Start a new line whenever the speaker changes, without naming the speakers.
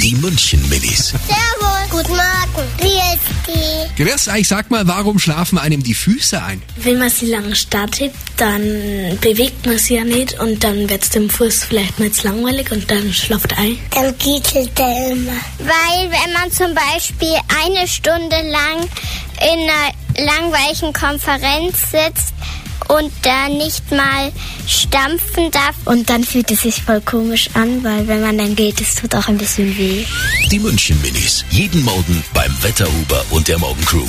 Die München-Minis.
Servus. Guten Morgen. Wie ist die?
Gewiss, ich sag mal, warum schlafen einem die Füße ein?
Wenn man sie lang startet, dann bewegt man sie ja nicht und dann wird es dem Fuß vielleicht mal zu langweilig und dann schlaft ein.
Dann kitzelt er immer. Weil wenn man zum Beispiel eine Stunde lang in einer langweiligen Konferenz sitzt und da nicht mal stampfen darf.
Und dann fühlt es sich voll komisch an, weil wenn man dann geht, es tut auch ein bisschen weh.
Die München-Minis. Jeden Morgen beim Wetterhuber und der Morgencrew.